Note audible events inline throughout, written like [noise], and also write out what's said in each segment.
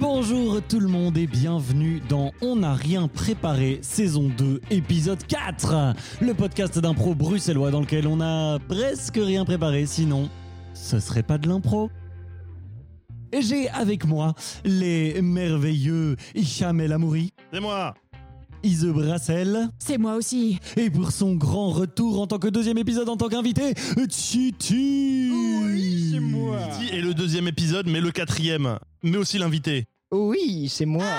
Bonjour tout le monde et bienvenue dans On n'a rien préparé, saison 2, épisode 4, le podcast d'impro bruxellois dans lequel on a presque rien préparé, sinon ce serait pas de l'impro. Et j'ai avec moi les merveilleux Hicham El Amouri, C'est moi Ise Brassel, C'est moi aussi. et pour son grand retour en tant que deuxième épisode en tant qu'invité, Titi Oui, c'est moi. Qui est le deuxième épisode, mais le quatrième. Mais aussi l'invité. Oui, c'est moi. [laughs]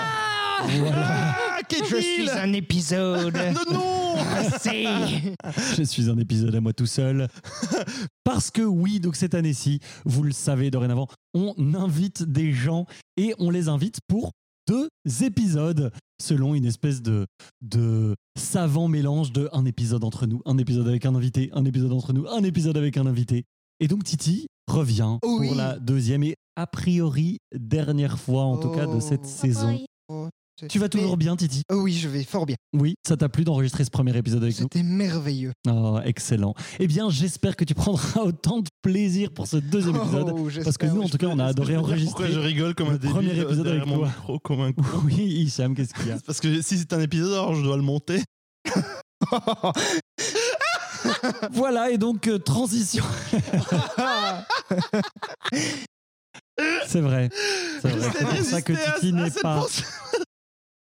Ah, Je suis un [laughs] épisode. Non C'est [laughs] Je suis un épisode à moi tout seul. [laughs] Parce que oui, donc cette année-ci, vous le savez dorénavant, on invite des gens et on les invite pour deux épisodes selon une espèce de, de savant mélange de un épisode entre nous, un épisode avec un invité, un épisode entre nous, un épisode avec un invité. Et donc Titi revient Oh oui. pour la deuxième et a priori dernière fois en tout cas de cette Oh. saison. Tu vas toujours bien Titi Oh oui, je vais fort bien. Oui, ça t'a plu d'enregistrer ce premier épisode avec nous C'était merveilleux. Oh, excellent. Eh bien, j'espère que tu prendras [laughs] autant de plaisir pour ce deuxième épisode. Oh, j'espère. parce que nous, en tout cas, on a adoré Pourquoi enregistrer. je rigole comme un le débile euh, premier épisode derrière avec mon toi. micro, comme un con [laughs] Oui, Hicham, qu'est-ce qu'il y a [laughs] Parce que si c'est un épisode, alors je dois le monter. Voilà, et donc, euh, transition. C'est vrai. C'est Je vrai. t'ai C'est pour ça que résisté à- Titi à n'est cette pas, pensée.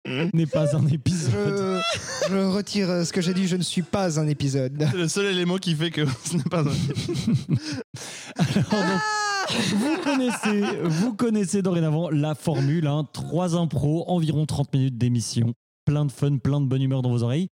[laughs] n'est pas un épisode. je, [laughs] je retire euh, ce que j'ai dit. Je ne suis pas un épisode. C'est le seul élément qui fait que [laughs] ce n'est pas un Alors, donc, Ah vous connaissez, vous connaissez dorénavant la formule, hein, trois impros, environ 30 minutes d'émission, plein de fun, plein de bonne humeur dans vos oreilles.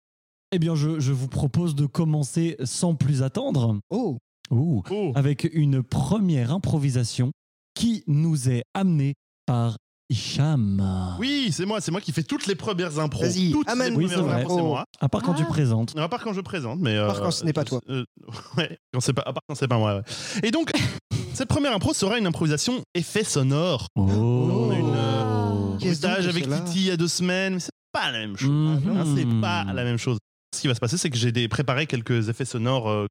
Eh bien, je, je vous propose de commencer sans plus attendre. Oh, Ouh, Oh avec une première improvisation qui nous est amenée par Hicham. Oui, c'est moi, c'est moi qui fais toutes les premières impros. Vas-y, toutes amène- les Oui, c'est premières vrai. impros, c'est moi. À part quand tu Ah. présentes. À part quand je présente, mais. part quand ce n'est pas toi. euh, [laughs] ouais, quand c'est pas, à part quand c'est pas moi. ouais. Et donc, [laughs] cette première impro sera une improvisation effet sonore. Oh. Une, euh, Qu'est-ce stage donc que avec cela Titi il y a deux semaines, mais c'est pas la même chose. Mhm. Hein, c'est pas la même chose. Ce qui va se passer, c'est que j'ai des- préparé quelques effets sonores euh,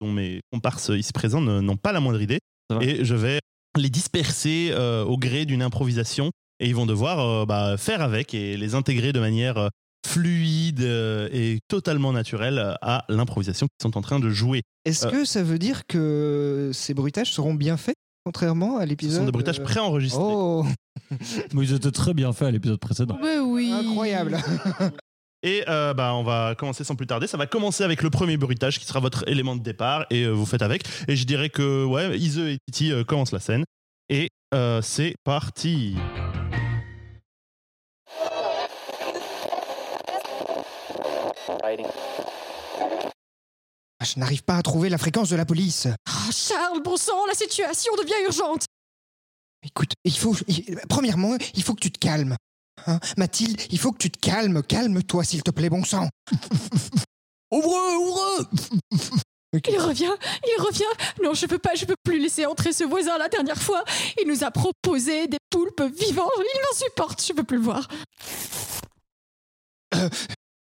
dont mes comparses euh, ici présents ne- n'ont pas la moindre idée. Ça va. Et je vais les disperser euh, au gré d'une improvisation. Et ils vont devoir euh, bah, faire avec et les intégrer de manière euh, fluide euh, et totalement naturelle euh, à l'improvisation qu'ils sont en train de jouer. est-ce Euh. que ça veut dire que ces bruitages seront bien faits, contrairement à Ce l'épisode sont des bruitages euh, préenregistrés. Oh, Mais ils étaient très bien faits à l'épisode précédent. Mais oui. incroyable. Et euh, bah, on va commencer sans plus tarder. Ça va commencer avec le premier bruitage qui sera votre élément de départ et euh, vous faites avec. Et je dirais que ouais, Ise et Titi euh, commencent la scène. Et euh, c'est parti. writing. Ah, Je n'arrive pas à trouver la fréquence de la police. Ah, Charles, bon sang, la situation devient urgente. Écoute, il faut. il- premièrement, il faut que tu te calmes. Hein, Mathilde, il faut que tu te calmes. Calme-toi, s'il te plaît, bon sang. [laughs] Ouvreux, ouvreux Il revient, il revient. Non, je peux pas, je peux plus laisser entrer ce voisin la dernière fois. Il nous a proposé des poulpes vivants. Il m'insupporte, je peux plus le voir.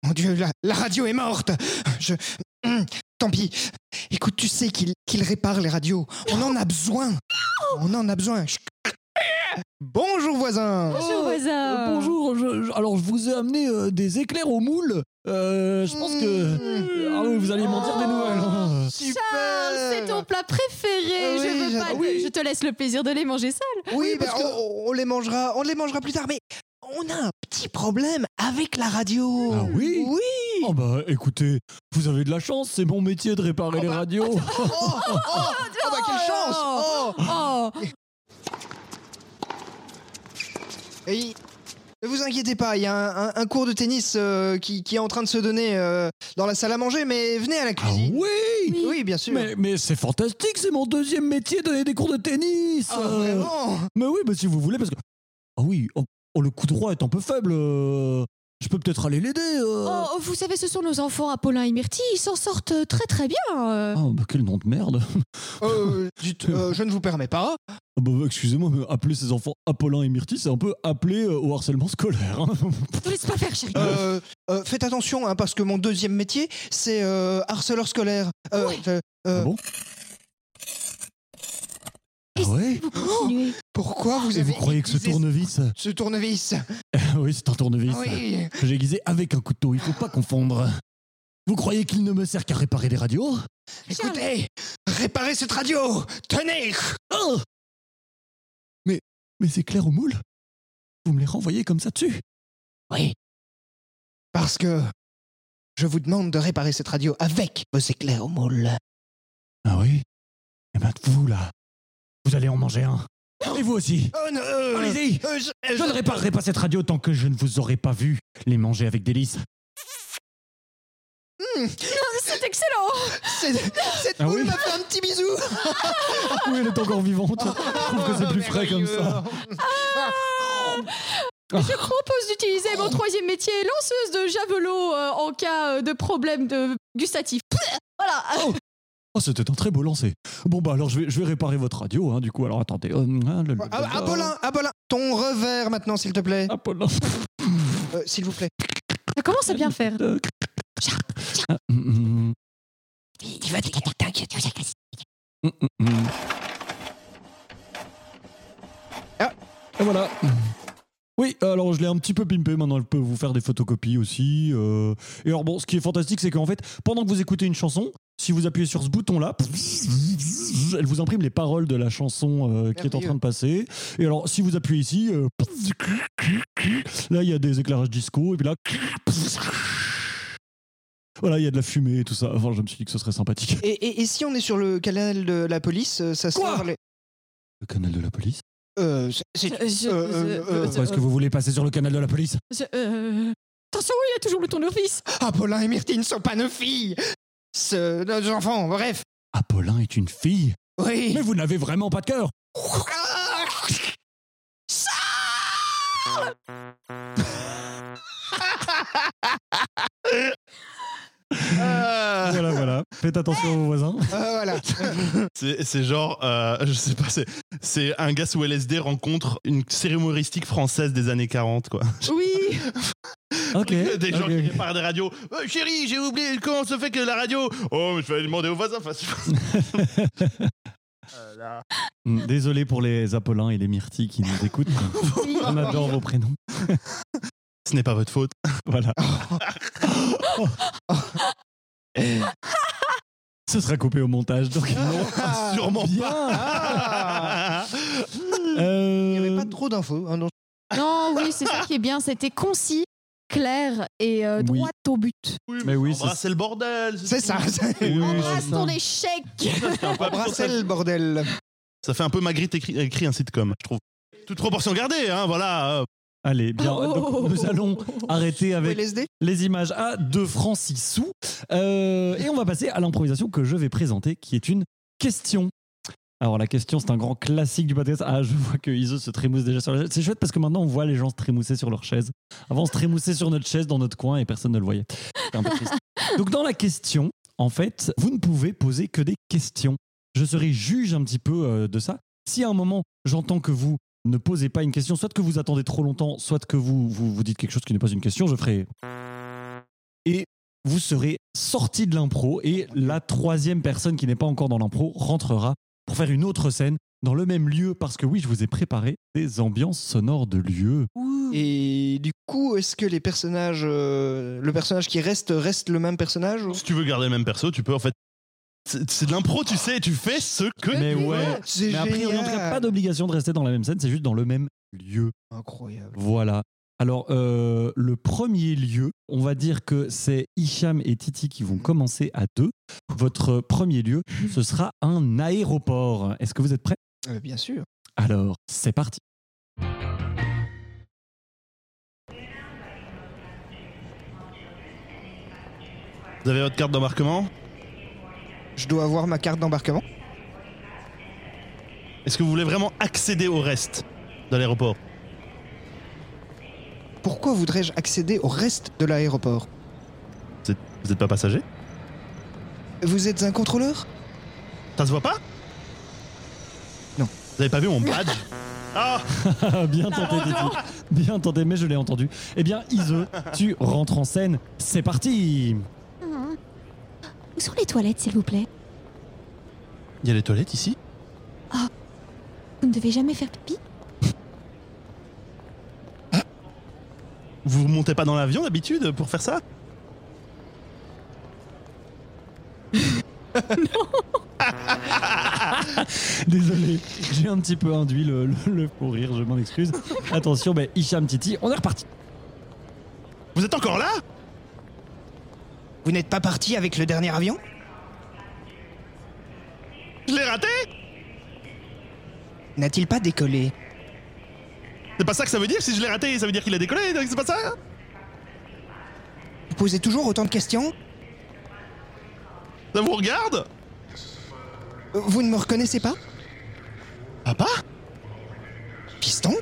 Mon Dieu, la, la radio est morte. Je. Hum, Tant pis. Écoute, tu sais qu'il qu'il répare les radios. On en a besoin. On en a besoin. Chut. Bonjour, voisin. Oh, Bonjour, Euh, voisin. Euh, bonjour, je- je- alors je vous ai amené euh, des éclairs au moule. Euh, je pense que. Mmh. Ah oui, vous allez m'en dire des nouvelles. Charles, c'est ton plat préféré. Euh, oui, je, veux pas j'adore. te- Oui. je te laisse le plaisir de les manger seul. Oui, ben, on, on les mangera, on les mangera plus tard. Mais on a un petit problème avec la radio. Ah oui Oui. Oh bah écoutez, vous avez de la chance, c'est mon métier de réparer les radios. Oh, oh, oh, oh, bah, quelle chance. Oh. Oh, Et il- Ne vous inquiétez pas, il y a un, un- un cours de tennis euh, qui, qui est en train de se donner euh, dans la salle à manger, mais venez à la Ah cuisine. oui oui, bien sûr. Mais, mais c'est fantastique, c'est mon deuxième métier, donner des cours de tennis. Ah, Euh, vraiment mais oui, bah si vous voulez, parce que... Ah oui, oh, oh, le coup droit est un peu faible. euh, Je peux peut-être aller l'aider. euh. oh, vous savez, ce sont nos enfants Apollin et Myrtille. Ils s'en sortent euh, très très bien. euh. Ah, bah quel nom de merde. Euh, dites, euh, Je ne vous permets pas. Ah Bah, excusez-moi, mais appeler ses enfants Apollin et Myrtille, c'est un peu appeler euh, au harcèlement scolaire. hein. Ne laisse pas faire, chérie. Euh, euh, faites attention, hein, parce que mon deuxième métier, c'est euh, harceleur scolaire. Euh, euh, euh, Ah bon Et ouais Vous continuez. Pourquoi vous Et avez vous croyez que ce aiguisé tournevis ce tournevis [laughs] Oui, c'est un tournevis. Oui. que J'ai aiguisé avec un couteau, il faut pas confondre. Vous croyez qu'il ne me sert qu'à réparer des radios Charles. Écoutez, réparez cette radio. Tenez. Oh Mais mais c'est clair au moule Vous me les renvoyez comme ça dessus Oui. Parce que je vous demande de réparer cette radio avec vos éclairs au moule. Ah oui Eh ben vous là, vous allez en manger un. Et vous aussi Oh non. euh, Allez-y euh, je- euh, Je ne réparerai pas cette radio tant que je ne vous aurai pas vu les manger avec délice. Oh, C'est excellent. Cette, cette Ah boule oui m'a fait un petit bisou. [laughs] Oui, elle est encore vivante. Ah, Je trouve que c'est plus frais comme Ah, ça. Je propose d'utiliser mon troisième métier, lanceuse de javelot euh, en cas euh, de problème de gustatif. Voilà. Oh, c'était un très beau lancer. Bon, bah alors je vais, je vais réparer votre radio, hein, du coup. Alors attendez. Euh, hein, le- le- Ah, Apollin, Apollin, ton revers maintenant, s'il te plaît. Apollin. Euh, s'il vous plaît. Ça commence à bien faire. Euh, Ah, mm, mm, mm, mm, mm. Ah. Et voilà. Oui, alors je l'ai un petit peu pimpé, maintenant je peux vous faire des photocopies aussi. euh. Et alors bon, ce qui est fantastique, c'est qu'en fait, pendant que vous écoutez une chanson, si vous appuyez sur ce bouton-là, elle vous imprime les paroles de la chanson euh, qui est en train de passer. Et alors, si vous appuyez ici, euh, là, il y a des éclairages disco, et puis là... Voilà, il y a de la fumée et tout ça. Enfin, je me suis dit que ce serait sympathique. Et, et- et si on est sur le canal de la police, euh, ça Quoi sort les... Le canal de la police Euh, c'est... Je- euh, euh, je- Est-ce que vous voulez passer sur le canal de la police je- euh, Attention, il y a toujours le tournevis. Apollin et Myrtille ne sont pas nos filles Ce... Nos enfants, bref. Apollin est une fille Oui. Mais vous n'avez vraiment pas de cœur Ah Ah Voilà, voilà. Faites attention à vos voisins. Euh, voilà. C'est c'est genre, euh, je sais pas, c'est- c'est un gars sous LSD rencontre une cérémonistique française des années 40, quoi. Oui. [laughs] Ok. [laughs] des gens ok. qui réparent des radios. Euh, chérie, j'ai oublié comment se fait que la radio. Oh, mais je vais aller demander aux voisins. Enfin, c'est- Euh, là. Mm, Désolé pour les Apollins et les Myrtilles qui nous [laughs] écoutent. On adore vos prénoms. [laughs] Ce n'est pas votre faute. [laughs] Voilà. Ce sera coupé au montage, [laughs] donc. Ah, Sûrement [laughs] Bien ah. Il n'y Euh, avait pas trop d'infos. hein, non. Non, oui, c'est ça qui est bien. C'était concis, clair et euh, Oui. droit au but. Mais oui, c'est- c'est le bordel. C'est ça. Oui, c'est- c'est Embrasse ça. ton échec. C'est [laughs] un peu absurde. Embrassez le bordel. Ça fait un peu Magritte écrit, écrit un sitcom, je trouve. Toute proportion gardée, hein, voilà. euh, Allez, bien. Oh, Oh. Donc, nous allons arrêter avec LSD les images A de Francis Sou. Euh, et on va passer à l'improvisation que je vais présenter, qui est une question. Alors la question, c'est un grand classique du podcast. Ah, je vois que Iso se trémousse déjà sur la chaise. C'est chouette parce que maintenant, on voit les gens se trémousser sur leur chaise. Avant, on se trémoussait sur notre chaise dans notre coin et personne ne le voyait. C'est un peu triste. Donc dans la question, en fait, vous ne pouvez poser que des questions. Je serai juge un petit peu euh, de ça. Si à un moment, j'entends que vous ne posez pas une question, soit que vous attendez trop longtemps, soit que vous vous, vous dites quelque chose qui n'est pas une question, je ferai vous serez sorti de l'impro et la troisième personne qui n'est pas encore dans l'impro rentrera pour faire une autre scène dans le même lieu parce que oui, je vous ai préparé des ambiances sonores de lieu. Et du coup, est-ce que les personnages, euh, le personnage qui reste reste le même personnage ou- Si tu veux garder le même perso, tu peux en fait. C'est c'est de l'impro, tu sais, tu fais ce que. Mais ouais. C'est Mais a priori, en tout cas, génial. pas d'obligation de rester dans la même scène, c'est juste dans le même lieu. Incroyable. Voilà. Alors, euh, le premier lieu, on va dire que c'est Hicham et Titi qui vont commencer à deux. Votre premier lieu, ce sera un aéroport. Est-ce que vous êtes prêts Euh, bien sûr. Alors, c'est parti. Vous avez votre carte d'embarquement Je dois avoir ma carte d'embarquement. Est-ce que vous voulez vraiment accéder au reste de l'aéroport Pourquoi voudrais-je accéder au reste de l'aéroport Vous n'êtes pas passager Vous êtes un contrôleur Ça se voit pas Non. Vous avez pas vu mon badge Ah [laughs] Ah, bien tenté, Titi. Bien tenté, mais je l'ai entendu. Eh bien, Ise, tu rentres en scène. C'est parti Où sont les toilettes, s'il vous plaît Il y a les toilettes ici ne devez jamais faire pipi Vous montez pas dans l'avion d'habitude pour faire ça Désolé, j'ai un petit peu induit le, le, le fou rire, je m'en excuse. Attention, mais Hicham Titi, on est reparti. Vous êtes encore là Vous n'êtes pas parti avec le dernier avion Je l'ai raté N'a-t-il pas décollé C'est pas ça que ça veut dire Si je l'ai raté, ça veut dire qu'il a décollé, donc c'est pas ça Vous posez toujours autant de questions Ça vous regarde Euh, Vous ne me reconnaissez pas Papa Piston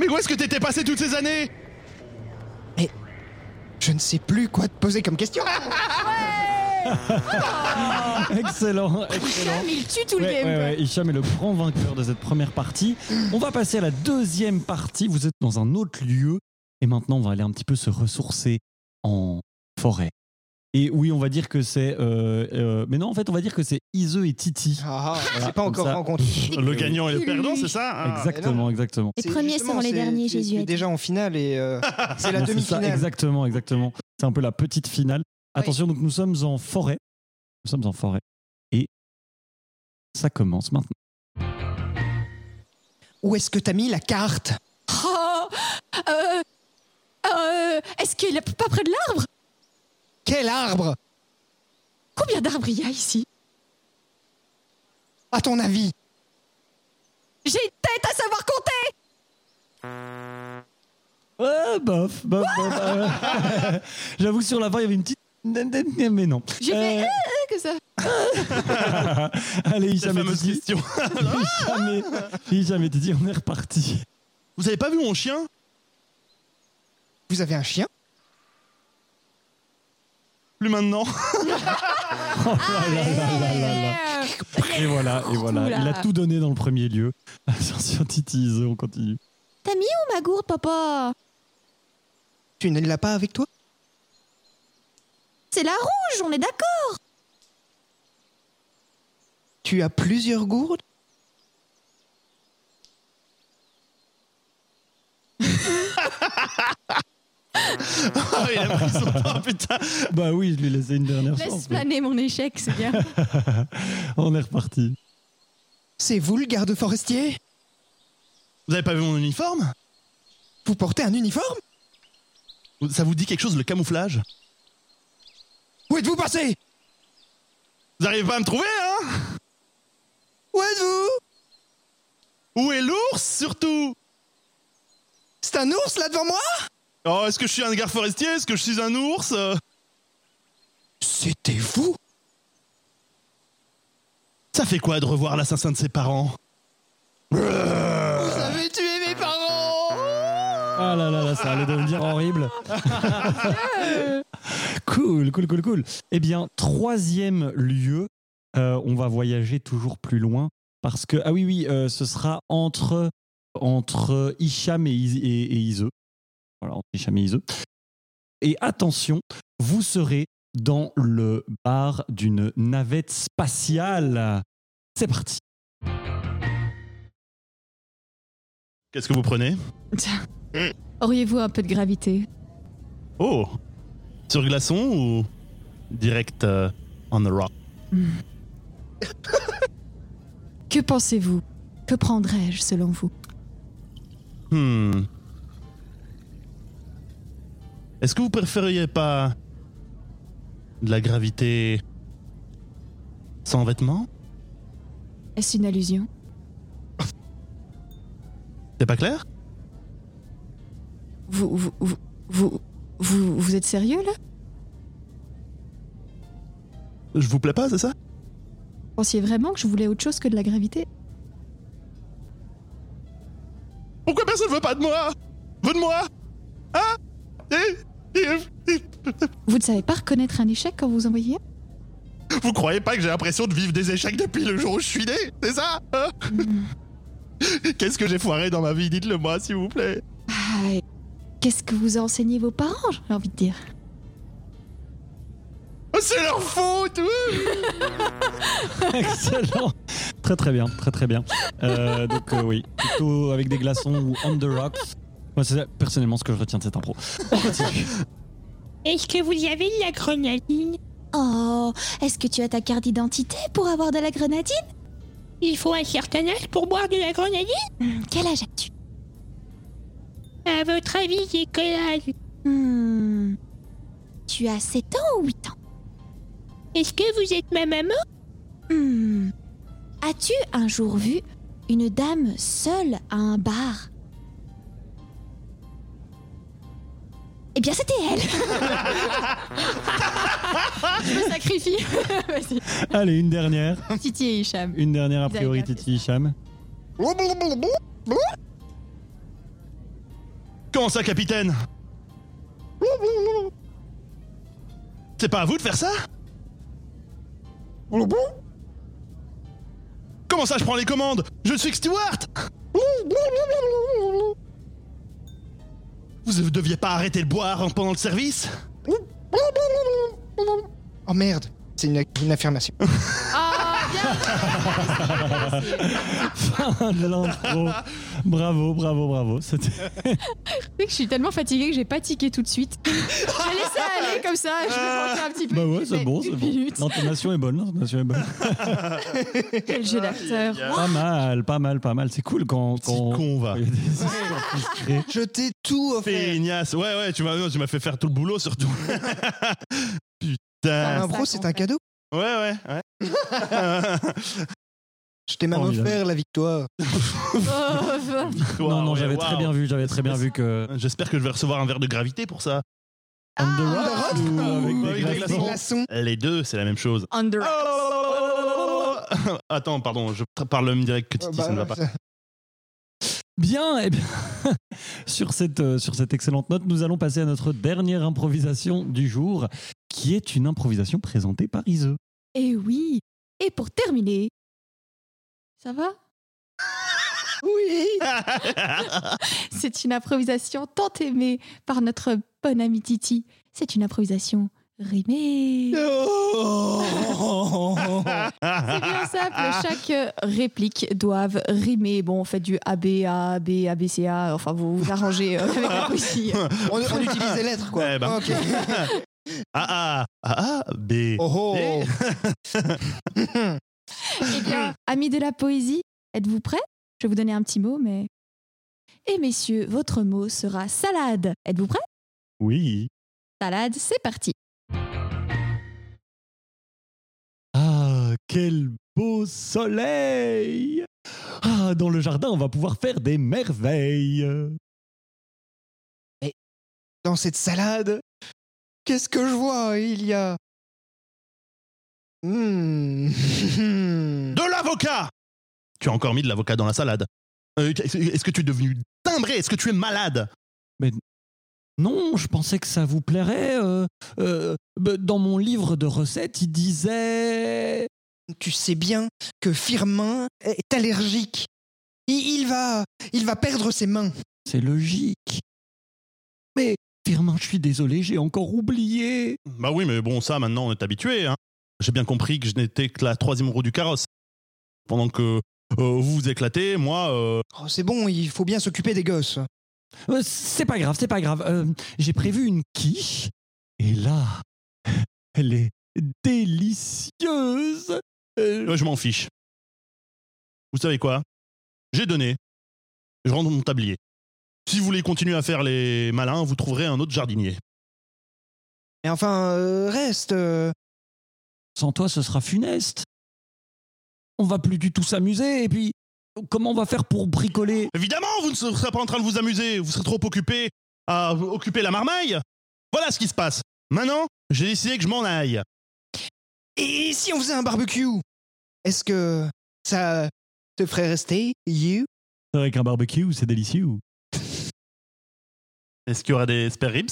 Mais où est-ce que t'étais passé toutes ces années Je ne sais plus quoi te poser comme question. Ah, Excellent, excellent. Hicham, il tue tout le Ouais, game. ouais, quoi. ouais, Hicham est le grand vainqueur de cette première partie. On va passer à la deuxième partie. Vous êtes dans un autre lieu. Et maintenant, on va aller un petit peu se ressourcer en forêt. Et oui, on va dire que c'est. euh, euh, mais non, en fait, on va dire que c'est Ise et Titi. Ah, on Voilà, s'est pas comme encore ça. rencontrés. Eh Le gagnant et le perdant, c'est ça Ah. Exactement, exactement. Les C'est- premiers justement, seront les c'est- derniers, tu- tu Jésus es a dit. déjà en finale et [laughs] euh, c'est la Non, ça, demi-finale. Exactement, exactement. C'est un peu la petite finale. Attention, donc nous sommes en forêt. Nous sommes en forêt. Et ça commence maintenant. Où est-ce que t'as mis la carte Oh, euh, euh, Est-ce qu'il est pas près de l'arbre Quel arbre Combien d'arbres il y a ici À ton avis J'ai une tête à savoir compter Ouais, Ah, bof, bof, bof. euh. [laughs] J'avoue que sur la fin, il y avait une petite. [laughs] Mais non. J'ai fait, Euh, que ça. Allez, La Hicham et fameuse Titi. question. [laughs] Hicham et- Hicham et Titi, on est reparti. Vous avez pas vu mon chien Vous avez un chien Plus maintenant. [laughs] Oh là là Ah là là là là. Et voilà, et voilà. Oula. Il a tout donné dans le premier lieu. [laughs] Attention, Titi, Ise, on continue. T'as mis où ma gourde, papa Tu ne l'as pas avec toi C'est la rouge, on est d'accord Tu as plusieurs gourdes Ah, il a pris son temps, [laughs] putain. Bah oui, je lui ai laissé une dernière Laisse chance. mais planer mon échec, c'est bien. On est reparti. C'est vous le garde forestier Vous avez pas vu mon uniforme Vous portez un uniforme Ça vous dit quelque chose le camouflage Où êtes-vous passé Vous arrivez pas à me trouver, hein Où êtes-vous Où est l'ours surtout C'est un ours là devant moi Oh, est-ce que je suis un garde forestier Est-ce que je suis un ours Euh, C'était vous Ça fait quoi de revoir l'assassin de ses parents Vous avez tué mes parents Ah là là là, ça allait devenir horrible. [laughs] cool, cool, cool, cool. Eh bien, troisième lieu, euh, on va voyager toujours plus loin parce que ah oui oui, euh, ce sera entre entre Hicham et, Is- et, et Iseu. Voilà, entre Hicham et Iseu. Et attention, vous serez dans le bar d'une navette spatiale. C'est parti. Qu'est-ce que vous prenez [laughs] Auriez-vous un peu de gravité Oh Sur glaçon ou direct euh, on the rock Que pensez-vous Que prendrais-je selon vous Hmm. Est-ce que vous préfériez pas de la gravité sans vêtements Est-ce une allusion C'est pas clair vous vous, vous, vous, vous, vous êtes sérieux là Je vous plais pas, c'est ça Vous Pensiez vraiment que je voulais autre chose que de la gravité Pourquoi personne veut pas de moi Veut de moi Hein Eh Eh Vous ne savez pas reconnaître un échec quand vous en voyez un Vous croyez pas que j'ai l'impression de vivre des échecs depuis le jour où je suis né C'est ça hein Qu'est-ce que j'ai foiré dans ma vie Dites-le moi, s'il vous plaît. Ah, et Qu'est-ce que vous a enseigné vos parents, j'ai envie de dire C'est leur Oh, faute oui. [laughs] Excellent. Très très bien, très très bien. Euh, donc euh, oui, plutôt avec des glaçons ou on the rocks. Moi, c'est personnellement ce que je retiens de cette impro. [laughs] On continue. Est-ce que vous avez de la grenadine Oh, est-ce que tu as ta carte d'identité pour avoir de la grenadine Il faut un certain âge pour boire de la grenadine Hmm, Quel âge as-tu À votre avis, c'est quel âge Hmm. Tu as 7 ans ou 8 ans Est-ce que vous êtes ma maman Hmm. As-tu un jour vu une dame seule à un bar Eh bien, c'était [laughs] elle Je me [laughs] sacrifie. Vas-y. Allez, une dernière. Titi et Hicham. Une dernière a Vous avez priori, pas fait Titi Hicham. Comment ça, capitaine C'est pas à vous de faire ça Comment ça, je prends les commandes Je suis que Stewart Vous ne deviez pas arrêter de boire pendant le service Oh merde, c'est une, une affirmation. Ah, bien [laughs] Fin de l'intro. Bravo, bravo, bravo. C'était Tu sais que je suis tellement fatiguée que j'ai pas tiqué tout de suite. J'ai laissé aller comme ça, je me sentais un petit peu. bah ouais, c'est bon, c'est Une bon. minute. L'intonation est bonne, l'intonation est bonne. Quel jeu d'acteur. Pas mal, pas mal, pas mal. C'est cool quand Petit quand con, va. il y a des histoires qui se créent. [laughs] Je t'ai tout offert. Feignasse. Ouais, ouais, tu m'as, non, tu m'as fait faire tout le boulot, surtout. [laughs] Putain. Un impro, c'est un cadeau. Ouais, ouais, ouais. Je t'ai même Formidable. offert la victoire. Ah. Oh, Non, non, Ouais, j'avais très [laughs] waouh. bien vu, j'avais très bien vu que J'espère que je vais recevoir un verre de gravité pour ça. on the rocks on the ou rocks. Avec avec des Ah. Des des glaçons. glaçons. Les deux, c'est la même chose. Ah, Under. [laughs] Attends, pardon, je tra- parle le même direct que Titi, Bah, ça ne va pas. Bien, et bien [laughs] sur, cette, euh, sur cette excellente note, nous allons passer à notre dernière improvisation du jour, qui est une improvisation présentée par Iseu. Et oui. Et pour terminer. Ça va Oui C'est une improvisation tant aimée par notre bonne amie Titi. C'est une improvisation rimée. Ah, C'est bien simple, chaque euh, réplique doivent rimer. Bon, on fait du AB, AB, ABCA, enfin vous vous arrangez euh, avec [laughs] la poésie. [laughs] On, [laughs] on utilise les lettres, quoi. Eh ben. Ok. Ah, ah, ah, ah, B. Oh, oh. Eh. Eh bien, amis de la poésie, êtes-vous prêts Je vais vous donner un petit mot, mais... Et messieurs, votre mot sera salade. Êtes-vous prêts Oui. Salade, c'est parti. Ah, quel beau soleil Ah, dans le jardin, on va pouvoir faire des merveilles. Dans cette salade, qu'est-ce que je vois Il y a. Hmm. [laughs] De l'avocat Tu as encore mis de l'avocat dans la salade. Euh, Est-ce est-ce que tu es devenu timbré Est-ce que tu es malade Non, je pensais que ça vous plairait. euh, euh, bah, dans mon livre de recettes, il disait... tu sais bien que Firmin est allergique. Il, il va, il va perdre ses mains. C'est logique. Mais, Firmin, je suis désolé, j'ai encore oublié. Bah oui, mais bon, ça, maintenant, on est habitué. hein. J'ai bien compris que je n'étais que la troisième roue du carrosse. Pendant que euh, vous vous éclatez, moi, euh, Oh, c'est bon, il faut bien s'occuper des gosses. Euh, c'est pas grave, c'est pas grave. Euh, j'ai prévu une quiche. Et là, [laughs] elle est délicieuse. Euh, euh, je m'en fiche. Vous savez quoi J'ai donné. Je rentre mon tablier. Si vous voulez continuer à faire les malins, vous trouverez un autre jardinier. Mais enfin, euh, reste. euh, sans toi, ce sera funeste. On va plus du tout s'amuser. Et puis, comment on va faire pour bricoler Évidemment, vous ne serez pas en train de vous amuser, vous serez trop occupé à occuper la marmaille. Voilà ce qui se passe. Maintenant, j'ai décidé que je m'en aille. Et si on faisait un barbecue Est-ce que ça te ferait rester, you Avec un barbecue, c'est délicieux. Est-ce qu'il y aura des spare ribs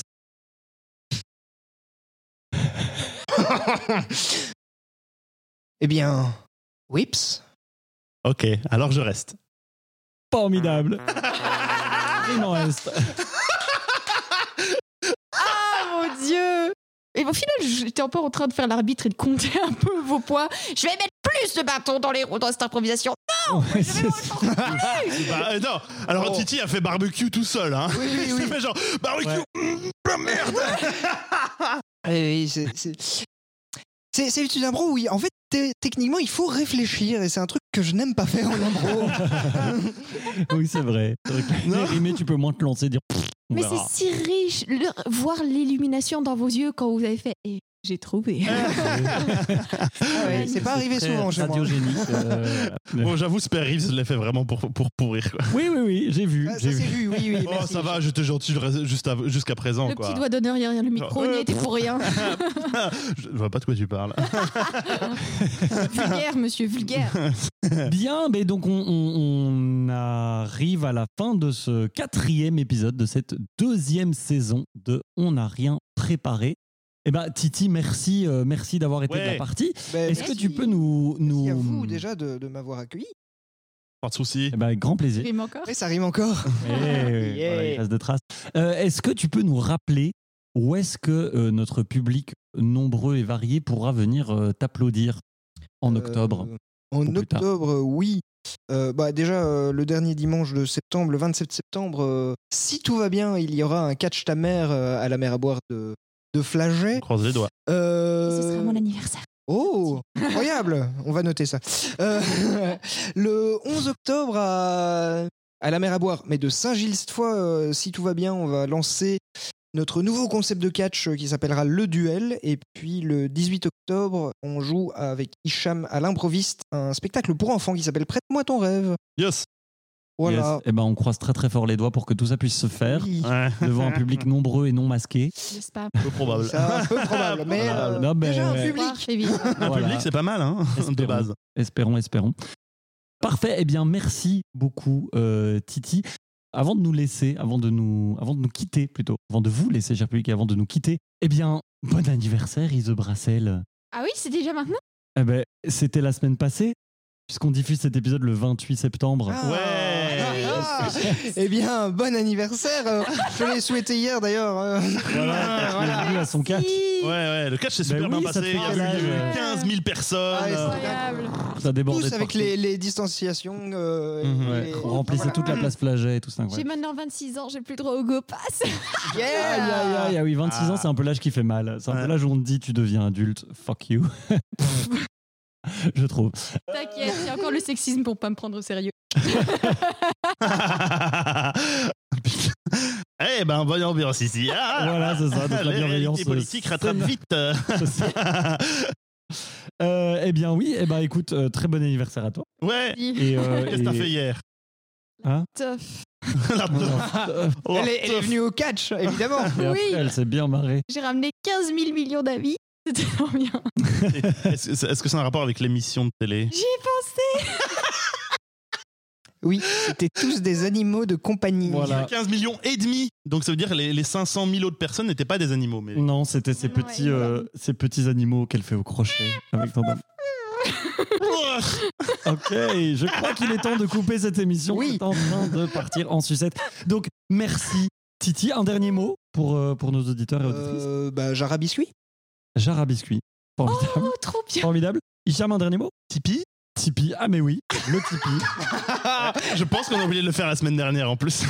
Eh bien, whips. Ok, alors je reste. Formidable. Il m'en reste. Oh, Ah [laughs] mon dieu Et au final, j'étais encore en train de faire l'arbitre et de compter un peu vos poids. Je vais mettre plus plus de bâton dans les roues dans cette [laughs] improvisation. Ouais, c'est ça. Bah, euh, non, alors Oh. Titi a fait barbecue tout seul. Hein. Oui, oui, [laughs] [laughs] Il oui. fait genre barbecue, Ouais. mm, la merde Oui, oui, c'est- c'est- c'est c'est une impro où, il- en fait, té- techniquement, il faut réfléchir et c'est un truc que je n'aime pas faire en impro. [laughs] Oui, c'est vrai. C'est vrai que Non. les rimés, tu peux moins te lancer, dire. pff, on Mais verra. c'est si riche, le- voir l'illumination dans vos yeux quand vous avez fait. Eh, Et j'ai trouvé. Ah ouais, c'est pas arrivé très souvent chez moi. radiogénique, euh, [laughs] voilà. Bon, j'avoue, Spare Reeves l'a fait vraiment pour, pour pourrir. quoi. Oui, oui, oui, j'ai vu. Ah, ça j'ai c'est vu. vu, oui, oui. Oh, merci. ça va, j'étais gentil le reste- juste av- jusqu'à présent. Le quoi. petit doigt d'honneur derrière le micro, Genre, il y euh, était pour rien. Je vois pas de quoi tu parles. [laughs] vulgaire, monsieur, vulgaire. Bien, mais donc on, on- on arrive à la fin de ce quatrième épisode de cette deuxième saison de On n'a rien préparé. Eh ben, Titi, merci, euh, merci d'avoir été Ouais. de la partie. Ben, Est-ce que merci. tu peux nous, nous... Merci à vous déjà de, de m'avoir accueilli. Pas de soucis. Eh ben, avec grand plaisir. Rime encore. Après, ça rime encore. [laughs] Eh, oui, Yeah. voilà, il reste de traces. Euh, est-ce que tu peux nous rappeler où est-ce que euh, notre public nombreux et varié pourra venir euh, t'applaudir en octobre Euh, en plus tard. octobre, euh, oui. Euh, bah déjà, euh, le dernier dimanche de septembre, le 27 septembre, euh, si tout va bien, il y aura un catch ta mère euh, à la mer à boire de, de Flaget. On croise les doigts. Euh, Ce sera mon anniversaire. Oh, incroyable On va noter ça. Euh, [laughs] le 11 octobre à, à la mer à boire, mais de Saint-Gilles cette fois, euh, si tout va bien, on va lancer notre nouveau concept de catch euh, qui s'appellera le duel. Et puis le 18 octobre, on joue avec Hicham à l'improviste un spectacle pour enfants qui s'appelle Prête-moi ton rêve. Yes. Voilà. Yes. Eh ben, on croise très très fort les doigts pour que tout ça puisse se faire. Oui, [laughs] Ouais, devant un public nombreux et non masqué. N'est-ce pas peu probable. [laughs] ça, un peu probable, mais Voilà. [laughs] euh, Non, mais- déjà [laughs] un public. Voir, Chevy. Un Voilà. public, c'est pas mal, hein, de Espérons. base. Espérons, espérons. Parfait. Eh bien, merci beaucoup, euh, Titi. Avant de nous laisser, avant de nous, avant de nous quitter plutôt, avant de vous laisser, cher public, et avant de nous quitter, eh bien, bon anniversaire, Ise Brassel. Ah oui, c'est déjà maintenant Eh ben, c'était la semaine passée, puisqu'on diffuse cet épisode le 28 septembre. Ah. Ouais. Ah. [laughs] eh bien, bon anniversaire. euh, Je l'ai souhaité hier d'ailleurs. euh. Voilà. Bienvenue à son cas. Ouais, ouais, le catch s'est Ben super oui, bien ça passé. Il te y parle, a eu ouais. 15 000 personnes. Ah, et ça- Incroyable. Ça déborde tous avec les, les distanciations. euh, et Mhm. les- Remplissez voilà. toute la place Flaget et tout ça. J'ai incroyable. maintenant 26 ans, j'ai plus droit au go pass. Aïe, Yeah aïe, aïe, ah oui, 26 ans, Ah. c'est un peu l'âge qui fait mal. C'est un Ouais. peu l'âge où on te dit tu deviens adulte, fuck you. [laughs] Je trouve. T'inquiète, il y a encore le sexisme pour pas me prendre au sérieux. Putain. Eh ben, bonne ambiance ici. Ah. Voilà, c'est ça. Donc la Les bienveillance. réalités politiques euh, rattrape c'est- vite. [laughs] Euh, eh bien, oui, eh ben, écoute, euh, très bon anniversaire à toi. ouais. Et, [laughs] euh, Qu'est-ce que t'as et- fait hier Tof. La- Euh, Elle est, elle est venue au [laughs] catch, évidemment. et après, [laughs] Oui. Elle s'est bien marrée. J'ai ramené 15 000 millions d'avis. C'était trop bien. Est-ce que c'est- est-ce que c'est un rapport avec l'émission de télé J'y ai pensé. Oui, c'était tous des animaux de compagnie. Voilà. Ah. 15 millions et demi Donc ça veut dire que les, les 500 000 autres personnes n'étaient pas des animaux. Mais... Non, c'était ces Non, elle petits, est euh, bonne. ces petits animaux qu'elle fait au crochet avec ton dame. Ok, je crois qu'il est temps de couper cette émission. Oui. C'est en train de partir en sucette. Donc, merci. Titi, un dernier mot pour, euh, pour nos auditeurs et auditrices. Euh, bah, Jara Biscuit Jarre à biscuit. Formidable. Oh, trop bien. Formidable. Hicham, un dernier mot Tipeee Tipeee, ah mais oui, le [laughs] Tipeee. Je pense qu'on a oublié de le faire la semaine dernière en plus.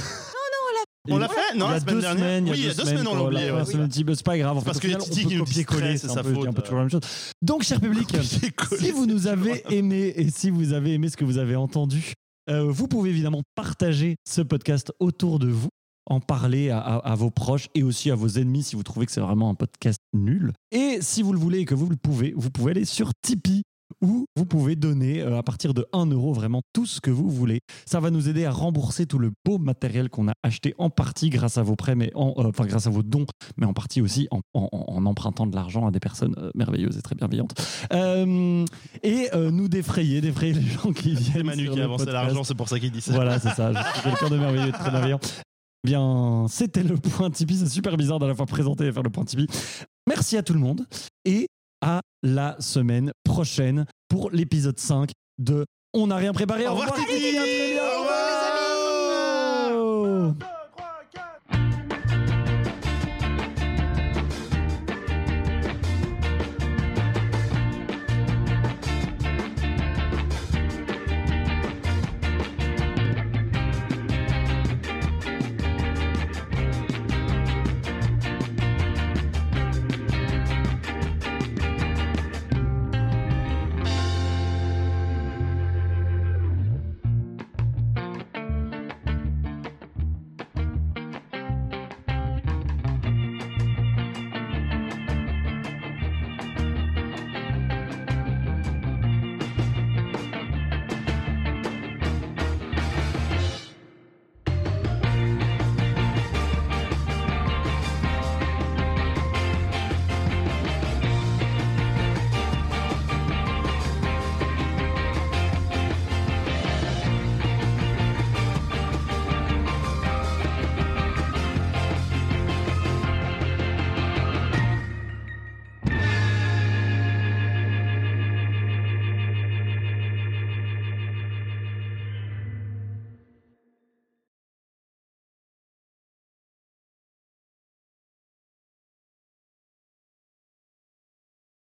On l'a fait Non, il y a la semaine deux dernière semaines, Oui, il y a deux semaines, on l'a qu'on oublié. fait, ouais. c'est le Tipeee, bah, C'est pas grave, en fait, Parce au que final, les on Titi qui peut nous copier-coller, distrait, c'est c'est sa un peu, faute. euh. un peu toujours la même chose. Donc, [laughs] cher public, J'ai collé, si vous c'est nous toujours avez aimé et si vous avez aimé ce que vous avez entendu, euh, vous pouvez évidemment partager ce podcast autour de vous, en parler à, à- à vos proches et aussi à vos ennemis si vous trouvez que c'est vraiment un podcast nul. Et si vous le voulez et que vous le pouvez, vous pouvez aller sur Tipeee où vous pouvez donner euh, à partir de 1 euro vraiment tout ce que vous voulez. Ça va nous aider à rembourser tout le beau matériel qu'on a acheté en partie grâce à vos prêts, mais en, euh, enfin grâce à vos dons, mais en partie aussi en, en- en empruntant de l'argent à des personnes euh, merveilleuses et très bienveillantes. Euh, et euh, nous défrayer, défrayer les gens qui Ah, C'est viennent. Manu sur qui le a avancé podcast. l'argent, c'est pour ça qu'il dit ça. [laughs] Voilà, c'est ça. Je suis quelqu'un de merveilleux et de très bienveillant. Eh Bien, c'était le point Tipeee. C'est super bizarre d'à la fois présenter et faire le point Tipeee. Merci à tout le monde et à la semaine prochaine pour l'épisode 5 de On n'a rien préparé. Au revoir, Titi. Titi, à très bientôt. Au revoir, Ciao.